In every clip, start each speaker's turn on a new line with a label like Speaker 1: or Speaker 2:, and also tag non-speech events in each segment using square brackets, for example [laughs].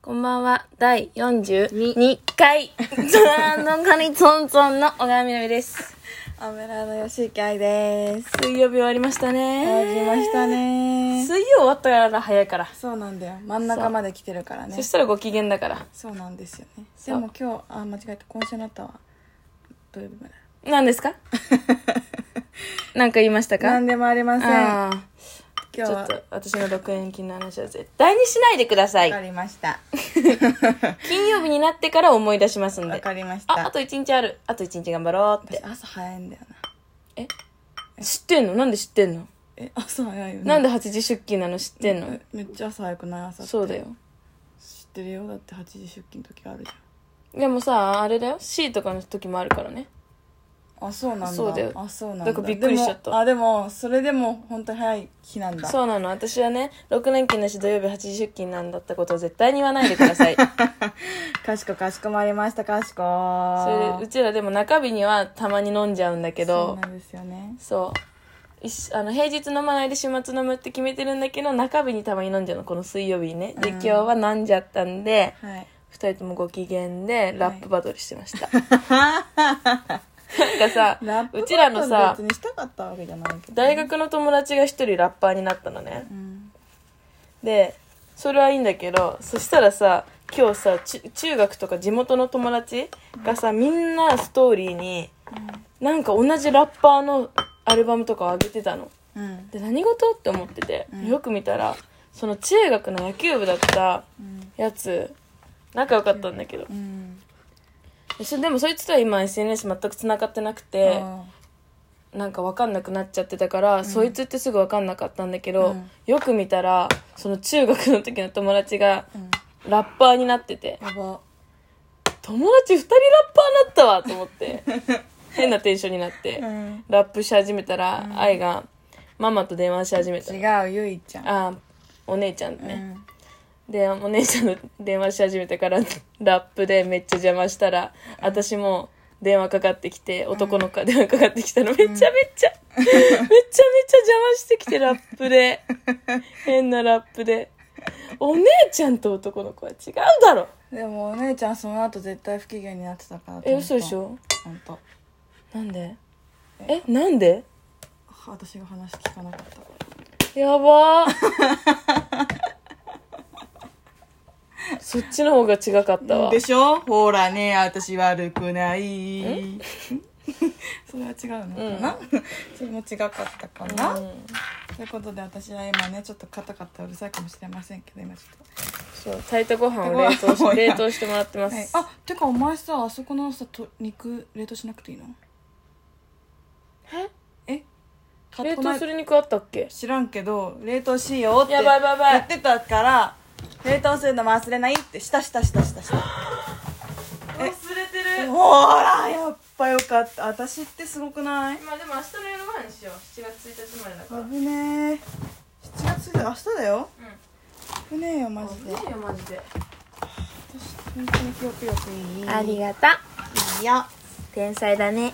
Speaker 1: こんばんは。第42回、ゾラのカニツンツンの小川みなみです。
Speaker 2: アムラの吉池愛です。
Speaker 1: 水曜日終わりましたね。
Speaker 2: 終わりました。ね。
Speaker 1: 水曜終わったから早いから。
Speaker 2: そうなんだよ。真ん中まで来てるからね
Speaker 1: そし。たらご機嫌だから。
Speaker 2: そうなんですよね。で
Speaker 1: そう
Speaker 2: も今日、あ、間違えた。今週になったわ。土曜日まで。
Speaker 1: 何です
Speaker 2: [laughs]
Speaker 1: かなんか言いましたか
Speaker 2: なんでもありません。今
Speaker 1: あーち
Speaker 2: 日
Speaker 1: ょっ
Speaker 2: は、
Speaker 1: と私の独演金の話は絶対にしないでくださ
Speaker 2: わか
Speaker 1: い。
Speaker 2: りました。
Speaker 1: 金曜日になってから思い出しますん
Speaker 2: わ
Speaker 1: で。
Speaker 2: かりまし
Speaker 1: あ、あ
Speaker 2: た。
Speaker 1: と1日ある。あと1日頑張ろうって
Speaker 2: 私。朝早いんだよな。
Speaker 1: 知ってんのなんで知ってんの
Speaker 2: え、朝早いよね。
Speaker 1: なんで8時出勤なの知ってんの
Speaker 2: えめっちゃ朝早くない朝って
Speaker 1: そうだよ。
Speaker 2: 知ってるよ。だって8時出勤の時あるじ
Speaker 1: でもさ、あれだよ。C とかの時もあるからね。
Speaker 2: ゃん。あ、そうなんだ。
Speaker 1: そうだよ
Speaker 2: あ、そうなんだ。
Speaker 1: だからびっくりしちゃった
Speaker 2: でもあ、でも、それでも本当に早い日なんだ。
Speaker 1: そうなの。私はね、6年勤なし土曜日8時出勤なんだったことを絶対に言わないでくだ
Speaker 2: [laughs]
Speaker 1: さい。そ
Speaker 2: かしこかしこまりましたかしこ
Speaker 1: れで、うちらでも中日にはたまに飲んじゃうんだけ
Speaker 2: そう
Speaker 1: ど、
Speaker 2: なんですよね
Speaker 1: そう。一あの平日飲まないで週末飲むって決めてるんだけど中日にたまに飲んじゃうのこの水曜日にねで
Speaker 2: うん
Speaker 1: 今日は飲んじゃったんで、
Speaker 2: はい
Speaker 1: 二人ともご機嫌でラップバトルしてま
Speaker 2: [laughs]
Speaker 1: した、なんかさ
Speaker 2: ラップ
Speaker 1: うちらの
Speaker 2: バ
Speaker 1: さ
Speaker 2: トル別にしたかったわけじゃないけど
Speaker 1: 大学の友達が一人ラッパーになったのね
Speaker 2: うん
Speaker 1: でそれはいいんだけどそしたらさ今日さち中学とか地元の友達がさみんなストーリーになんか同じラッパーのアルバムとかを上げてたの
Speaker 2: うん
Speaker 1: で何事って思ってて、
Speaker 2: うん
Speaker 1: よく見たらその中学の野球部だった
Speaker 2: うん
Speaker 1: やつ仲良かったんだけど
Speaker 2: うん
Speaker 1: そでもそいつとは今 SNS 全く繋がってなくてなんか分かんなくなっちゃってたから、そいつってすぐ分かんなかったんだけど、
Speaker 2: うん
Speaker 1: よく見たらその中学の時の友達が
Speaker 2: うん
Speaker 1: ラッパーになってて
Speaker 2: やば
Speaker 1: 友達2人ラッパーになったわと思って
Speaker 2: [laughs]
Speaker 1: 変なテンションになって、
Speaker 2: ん
Speaker 1: ラップし始めたら、愛がママと電話し始めた
Speaker 2: 違うゆいちゃん
Speaker 1: あお姉ちゃん
Speaker 2: う
Speaker 1: ね、
Speaker 2: ん
Speaker 1: でお姉ちゃんの電話し始めたからラップでめっちゃ邪魔したら私も電話かかってきて男の子が電話かかってきたの、めちゃめちゃ、めちゃめちゃ邪魔してきてラップ
Speaker 2: [laughs]
Speaker 1: で変なラップでお姉ちゃんと男の子は違うだろ
Speaker 2: でもお姉ちゃんその後絶対不機嫌になってたから
Speaker 1: え嘘でしょ
Speaker 2: 本当
Speaker 1: なんでえなんで
Speaker 2: 私が話聞かなかったか
Speaker 1: やば [laughs] ーそっちの方が違かった
Speaker 2: ら
Speaker 1: わ
Speaker 2: でしょほらね私悪くないん [laughs] それは違うのかな、 [laughs] それも違かったかな、
Speaker 1: うん
Speaker 2: ということで私は今ねちょっとカタカタうるさいかもしれませんけど今ちょ
Speaker 1: そ
Speaker 2: っ
Speaker 1: う炊いたご飯を冷凍し冷凍してもらってま
Speaker 2: と、はい
Speaker 1: す、
Speaker 2: あてかお前さあそこのさと肉冷凍しなくていいのええ買
Speaker 1: 冷
Speaker 2: ってこな
Speaker 1: 凍
Speaker 2: い
Speaker 1: する肉あったっけ
Speaker 2: 知らんけど冷凍しようって
Speaker 1: やばいやばいやばい
Speaker 2: 言ってたから冷凍するの忘れないってしたしたしたしたした
Speaker 1: 忘れてる
Speaker 2: ほらやっぱよかった私ってすごくない
Speaker 1: まあでも明日の夜ご飯にしよう7月1日までだ
Speaker 2: 危ねえ7月1日明日だよ危ねえよマジで
Speaker 1: よマジで
Speaker 2: 私本当に記憶力いい
Speaker 1: ありがとう
Speaker 2: いいよ
Speaker 1: 天才だね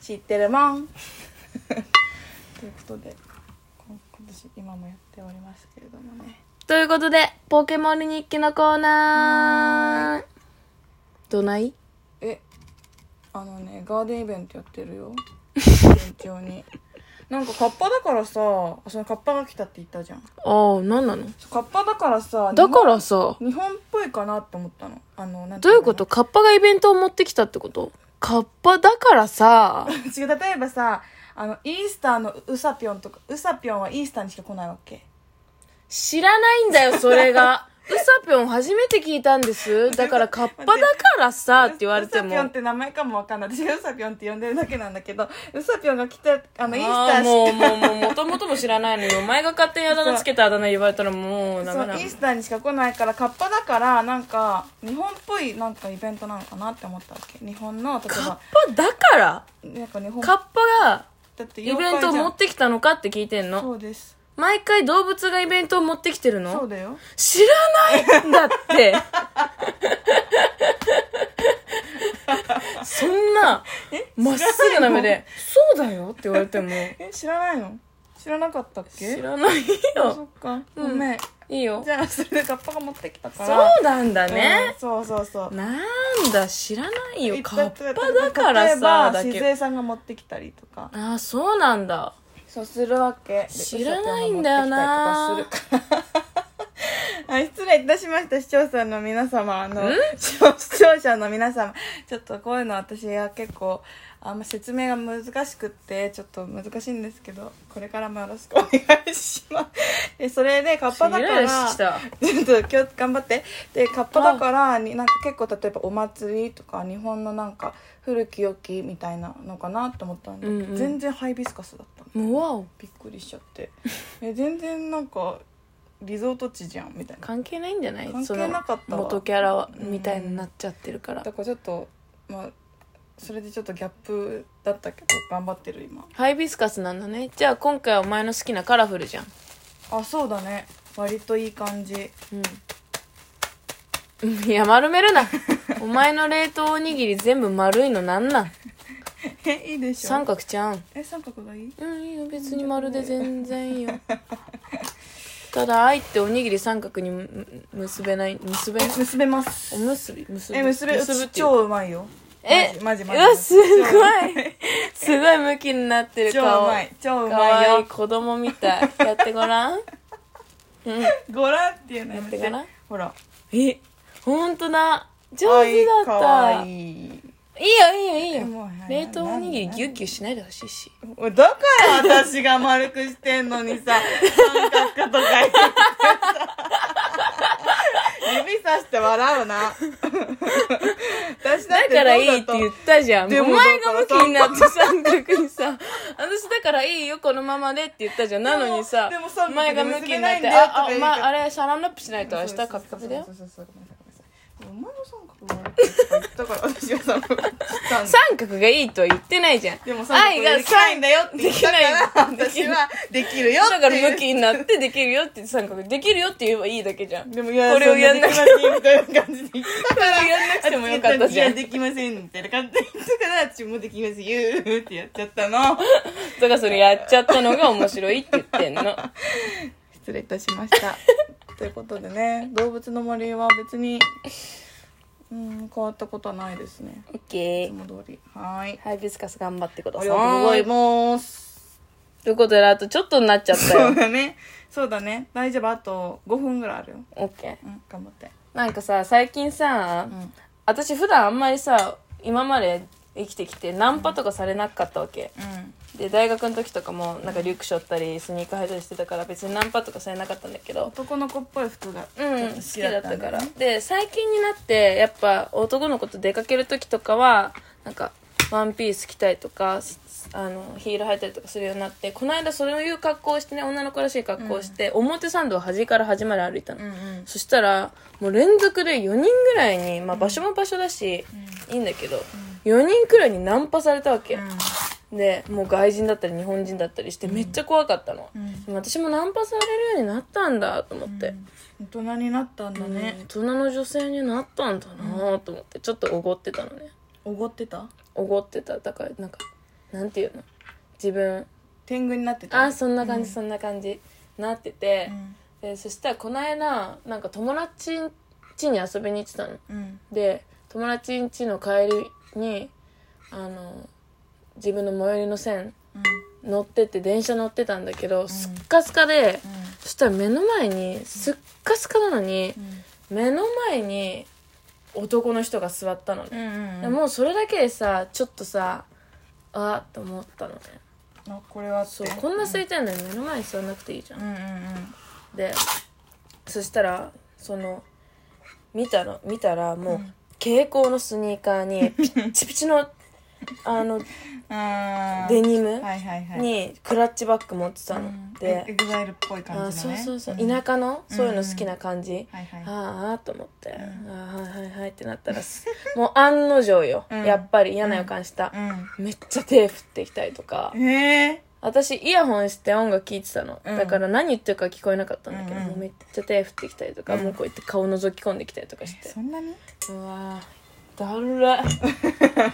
Speaker 2: 知ってるもんということでこ今年今もやっておりますけれどもね
Speaker 1: ということで「ポケモン日記」のコーナーどない
Speaker 2: えあのねガーデンイベントやってるよ順調になんかカッパだからさあそのカッパが来たって言ったじゃん
Speaker 1: ああ何なの
Speaker 2: そうカッパだからさ
Speaker 1: だからさ
Speaker 2: 日本日本っぽいかなって思ったのあのなんて
Speaker 1: どういう
Speaker 2: の
Speaker 1: ことカッパがイベントを持ってきたってことカッパだからさ
Speaker 2: [laughs] 違う例えばさあのイースターのウサピョンとかウサピョンはイースターにしか来ないわけ
Speaker 1: 知らないんだよそれ
Speaker 2: [laughs]
Speaker 1: がウサぴょん初めて聞いたんですだからカッパだからさって言われて
Speaker 2: ウ
Speaker 1: も
Speaker 2: サピョンって名前かもわかんない私がウサピョンって呼んでるだけなんだけどウサピョンが来てあのイースタ
Speaker 1: あ
Speaker 2: ー
Speaker 1: ー
Speaker 2: し
Speaker 1: もうもうもうもともとも知らないのにお前が勝手にあだ名つけたあだ名言われたらもう
Speaker 2: そ
Speaker 1: ダメな
Speaker 2: う
Speaker 1: の
Speaker 2: イースターにしか来ないからカッパだからなんか日本っぽいなんかイベントなのかなって思ったわけ日本の例
Speaker 1: カ
Speaker 2: え
Speaker 1: ッ
Speaker 2: ば
Speaker 1: パだから
Speaker 2: なんか日本
Speaker 1: カッパが
Speaker 2: だって
Speaker 1: イベ
Speaker 2: 妖怪
Speaker 1: ントを
Speaker 2: じゃん
Speaker 1: 持ってきたのかって聞いてんの
Speaker 2: そうです
Speaker 1: 毎回動物がイベントを持ってきてる
Speaker 2: そう
Speaker 1: の
Speaker 2: だよ
Speaker 1: 知らないんだって
Speaker 2: [laughs]
Speaker 1: そんなまっすぐな目で「そうだよ」って言われても
Speaker 2: え知らないの [laughs] 知らなかったっけ
Speaker 1: 知らない
Speaker 2: あ
Speaker 1: よ
Speaker 2: そっか
Speaker 1: うん
Speaker 2: ごめん、
Speaker 1: いいよ
Speaker 2: じゃあそれでカッパが持ってきたか
Speaker 1: そ
Speaker 2: ら
Speaker 1: うなんだ
Speaker 2: う
Speaker 1: ね
Speaker 2: ん、そうそうそう
Speaker 1: なんだ知らないよ
Speaker 2: いっ
Speaker 1: カ
Speaker 2: ぱい
Speaker 1: ッパだから
Speaker 2: 例えば
Speaker 1: さだけ
Speaker 2: 静江さんが持ってきたりとか
Speaker 1: ああそうなんだ
Speaker 2: そうするわけ
Speaker 1: 知らないんだよな
Speaker 2: うさちゃんが持ってきたりとかするから [laughs] あ失礼いたしました視聴者の皆様あの視聴視聴者の皆様ちょっとこういうの私は結構あんま説明が難しくってちょっと難しいんですけどこれからもよろしくお願いします [laughs] でそれでカッパだ
Speaker 1: イ
Speaker 2: か
Speaker 1: ライ
Speaker 2: ら
Speaker 1: ラしてきた
Speaker 2: ちょっと今日頑張ってでカッパだからになんか結構例えばお祭りとか日本のなんか古き良きみたいなのかなと思ったんだけど、
Speaker 1: うんうん
Speaker 2: 全然ハイビスカスだったの
Speaker 1: もうわお
Speaker 2: びっくりしちゃってえ全然なんかリゾート地じゃんみたいな
Speaker 1: 関係ないんじゃない
Speaker 2: 関係なかった
Speaker 1: その
Speaker 2: わ
Speaker 1: 元キャラはみたいになっちゃってるから、
Speaker 2: だからちょっとまあそれでちょっとギャップだったけど頑張ってる今
Speaker 1: ハイビスカスなんだねじゃあ今回お前の好きなカラフルじゃん
Speaker 2: あそうだね割といい感じ
Speaker 1: うんうんいや丸めるなお前の冷凍おにぎり全部丸いのなんなん
Speaker 2: えいいでしょ
Speaker 1: 三角ちゃん
Speaker 2: え三角がいい
Speaker 1: うんいいよ別に丸で全然いいよただ愛っておにぎり三角にむむ結べない結べ
Speaker 2: え
Speaker 1: ない
Speaker 2: 結べます
Speaker 1: おむすび結ぶ
Speaker 2: え結べ
Speaker 1: 結ぶっていう
Speaker 2: 超うまいよ
Speaker 1: え
Speaker 2: マジマジマジ
Speaker 1: うわすごいすごい向きになってる
Speaker 2: 超
Speaker 1: 顔
Speaker 2: うまい超う
Speaker 1: か
Speaker 2: まい
Speaker 1: わいい
Speaker 2: よ
Speaker 1: 子供みたいやってごらんうん
Speaker 2: ごらんっていうのや
Speaker 1: やっ
Speaker 2: め
Speaker 1: て
Speaker 2: て
Speaker 1: ごらん
Speaker 2: ほら
Speaker 1: えほんとだ
Speaker 2: 可
Speaker 1: 上
Speaker 2: 愛
Speaker 1: 手
Speaker 2: い
Speaker 1: だっ
Speaker 2: か
Speaker 1: た
Speaker 2: わいい
Speaker 1: いいよいいよいい
Speaker 2: えも
Speaker 1: よ
Speaker 2: うはい
Speaker 1: 冷凍おにぎりギュッギュッしないでほしいし
Speaker 2: だから私が丸くしてんのにさ、三角とか言ってさ、指さして笑うな。私だっ
Speaker 1: だ
Speaker 2: て
Speaker 1: からいいって
Speaker 2: う
Speaker 1: 言ったじゃん
Speaker 2: で
Speaker 1: お
Speaker 2: も
Speaker 1: 前が向きになって
Speaker 2: [laughs]
Speaker 1: 三角にさ私だからいいよこのままでって言ったじゃんなのにさ
Speaker 2: でもでも三角
Speaker 1: お前が向きになっ
Speaker 2: 結べないん
Speaker 1: て
Speaker 2: だよと
Speaker 1: ああ
Speaker 2: か
Speaker 1: お
Speaker 2: 言う
Speaker 1: 前
Speaker 2: から
Speaker 1: あれシャランラップしないと明日カピカピだよ
Speaker 2: そうそうそうそうごめんなさいごめんなさいお前も三角とか言ったから私が三角って言ったんだ。
Speaker 1: 三角がいいとは言ってないじゃん
Speaker 2: でも三
Speaker 1: 愛
Speaker 2: 角
Speaker 1: が
Speaker 2: できない
Speaker 1: 三
Speaker 2: んだよって言ったから、
Speaker 1: でき
Speaker 2: 私
Speaker 1: ない
Speaker 2: はできるよ
Speaker 1: だ
Speaker 2: って
Speaker 1: か
Speaker 2: いう。
Speaker 1: ら向きになってできるよって三角できるよって言えばいいだけじゃん
Speaker 2: でもいや
Speaker 1: これをやんなくて
Speaker 2: そできませんみたいな感じで言ったから
Speaker 1: やんなくてもよかったじゃん
Speaker 2: いやできませんみたいな感じで言ったから私もできますよーってやっちゃったの
Speaker 1: だからそれやっちゃったのが面白いって言ってんの
Speaker 2: [laughs] 失礼いたしましたということでね動物の森は別にうん変わったことはないですね
Speaker 1: オッ
Speaker 2: い
Speaker 1: ケ
Speaker 2: つ
Speaker 1: ー
Speaker 2: も通りはーい
Speaker 1: ハイビスカス頑張ってくだ
Speaker 2: あ
Speaker 1: さい
Speaker 2: りがとうございます
Speaker 1: ということであとちょっとになっちゃった
Speaker 2: そ [laughs] う
Speaker 1: よ
Speaker 2: だねそうだね大丈夫あと5分ぐらいあるよ
Speaker 1: オッケー
Speaker 2: うん頑張って
Speaker 1: なんかさ最近さ、
Speaker 2: ん
Speaker 1: 私普段あんまりさ今まで生きてきてナンパとかされなかったわけ、
Speaker 2: う
Speaker 1: で大学の時とかもなんかリュック背負ったりスニーカー履いたりしてたから別にナンパとかされなかったんだけど
Speaker 2: 男の子っぽい服が
Speaker 1: うん好きだった
Speaker 2: んだ
Speaker 1: か
Speaker 2: よ
Speaker 1: ら
Speaker 2: ね
Speaker 1: で最近になってやっぱ男の子と出かける時とかはなんかワンピース着たりとかすあのヒール履いたりとかするようになってこの間そういう格好をしてね女の子らしい格好をして、表参道を端から端まで歩いたの、
Speaker 2: うんうん
Speaker 1: そしたらもう連続で4人ぐらいに、まあ、場所も場所だし、いいんだけど、4人くらいにナンパされたわけ、
Speaker 2: うん
Speaker 1: でもう外人だったり日本人だったりしてめっちゃ怖かったの、
Speaker 2: うん
Speaker 1: でも私もナンパされるようになったんだと思って、
Speaker 2: 大人になったんだ
Speaker 1: う
Speaker 2: ね
Speaker 1: ん大人の女性になったんだなと思ってちょっとおごってたのね
Speaker 2: おごってた
Speaker 1: おごってただからなんかなんていうの自分
Speaker 2: 天狗になってた
Speaker 1: あそんな感じ、そんな感じなってて、でそしたらこの間なんか友達ん家に遊びに行ってたの
Speaker 2: うん
Speaker 1: で友達ん家の帰りにあの自分の最寄りの線
Speaker 2: うん
Speaker 1: 乗ってって電車乗ってたんだけど、すっかすかで、そしたら目の前にすっかすかなのに、目の前に男の人が座ったの
Speaker 2: う
Speaker 1: ね、
Speaker 2: んうん
Speaker 1: もうそれだけでさちょっとさあっと思ったのね
Speaker 2: あこれはって
Speaker 1: そうこんな空いてんのに目の前に座んなくていいじゃん、
Speaker 2: うんうんうん
Speaker 1: でそしたらその見たの見たらもう蛍光のスニーカー
Speaker 2: [laughs]
Speaker 1: にピッチピチのあの
Speaker 2: あー
Speaker 1: デニム
Speaker 2: はいはいはい
Speaker 1: にクラッチバッグ持ってたの、
Speaker 2: でエ
Speaker 1: で
Speaker 2: グザイルっぽい
Speaker 1: あ
Speaker 2: 感じの
Speaker 1: そう
Speaker 2: ね
Speaker 1: そうそう、
Speaker 2: ん
Speaker 1: 田舎のそういうの好きな感じ、
Speaker 2: はいは
Speaker 1: あああーと思って、ああはいはいはいってなったらす [laughs] もう案の定よ、やっぱり嫌な予感した、めっちゃ手振ってきたりとか
Speaker 2: いうんへえ
Speaker 1: 私イヤホンして音楽聴いてたの、
Speaker 2: うん
Speaker 1: だから何言ってるか聞こえなかったんだけど、
Speaker 2: うんうん
Speaker 1: もうめっちゃ手振ってきたりとか、
Speaker 2: うん
Speaker 1: もうこうやって顔覗き込んできたりとかして
Speaker 2: そんなに
Speaker 1: うわーだ [laughs] るら電車でナン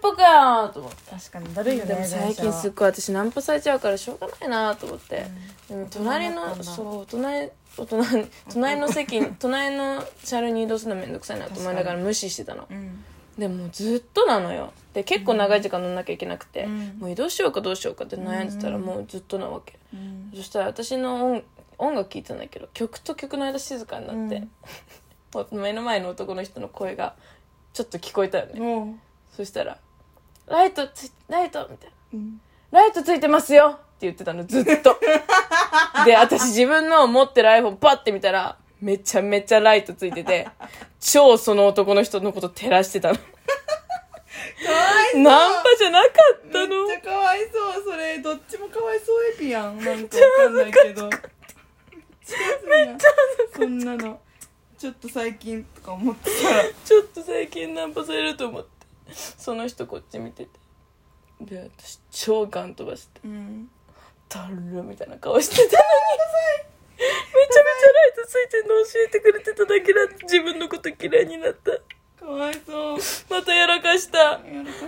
Speaker 1: パかよと思って
Speaker 2: 確かにだるいよね
Speaker 1: でも最
Speaker 2: 電
Speaker 1: 近
Speaker 2: 車
Speaker 1: すっごい私ナンパされちゃうからしょうがないなと思って、でも隣
Speaker 2: 大人にな
Speaker 1: の
Speaker 2: ったんだ
Speaker 1: そう隣隣隣の席
Speaker 2: [laughs]
Speaker 1: 隣の車両に移動するのめんどくさいなと思いながら無視してたの
Speaker 2: うん
Speaker 1: でもずっとなのよで結構長い時間乗んなきゃいけなくて、
Speaker 2: うん
Speaker 1: もう移動しようかどうしようかって悩んでたらもうずっとなわけ、
Speaker 2: うん
Speaker 1: そしたら私の音音楽聴いてたんだけど曲と曲の間静かになって、 [laughs] 目の前の男の人の声がちょっと聞こえたよね、
Speaker 2: も
Speaker 1: そしたら「ライトついライト」みたいな
Speaker 2: う、うん、
Speaker 1: 「ライトついてますよ」って言ってたのずっ
Speaker 2: [laughs]
Speaker 1: とで私自分の持ってる iPhone パッて見たらめちゃめちゃライトついてて超その男の人のこと照らしてたの
Speaker 2: かわいそう
Speaker 1: ナンパじゃなかったの
Speaker 2: めっちゃかわいそうそれどっちもかわいそうエピやんなんかわかんないけどめっちゃそんなのちょっと最近とか思ってたら
Speaker 1: ちょっと最近ナンパされると思ってその人こっち見ててで私超ガン飛ばして
Speaker 2: うん
Speaker 1: だるみたいな顔してたのにめちゃめちゃライトついてるの教えてくれてただけだって自分のこと嫌いになった
Speaker 2: かわいそう
Speaker 1: またやらかした恥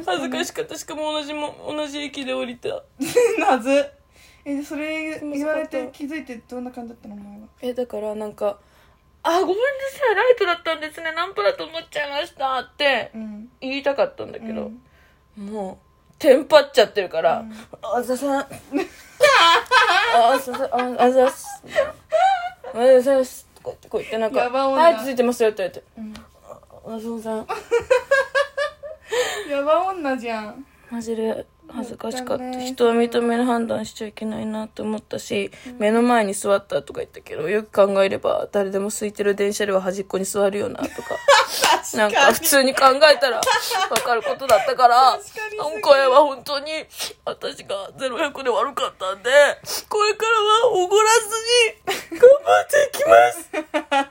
Speaker 2: 恥
Speaker 1: ずかし
Speaker 2: く
Speaker 1: かったしかも同じも同じ駅で降りた
Speaker 2: なずえそれ言われて気づいてどんな感じだったのお前は
Speaker 1: えだからなんか「あごめんなさいライトだったんですねナンパだと思っちゃいました」って
Speaker 2: うん
Speaker 1: 言いたかったんだけ
Speaker 2: う
Speaker 1: ど、
Speaker 2: ん
Speaker 1: もうテンパっちゃってるから
Speaker 2: うん
Speaker 1: 「あざさん」あざさんああざす」「あざさす」とか言ってこう言ってなんか
Speaker 2: やばい
Speaker 1: 「
Speaker 2: 女
Speaker 1: ライトついてますよ」って言われて
Speaker 2: う
Speaker 1: 「
Speaker 2: ん
Speaker 1: あざさん
Speaker 2: やば女じゃん
Speaker 1: マジで恥ずかしかった
Speaker 2: やったね
Speaker 1: 人を認める判断しちゃいけないなって思ったし、目の前に座ったとか言ったけどよく考えれば誰でも空いてる電車では端っこに座るよ
Speaker 2: [laughs]
Speaker 1: なとかなんか普通に考えたら分かることだったから
Speaker 2: 確かに
Speaker 1: 今回は本当に私が0100で悪かったんでこれからはおごらずに頑張っていきます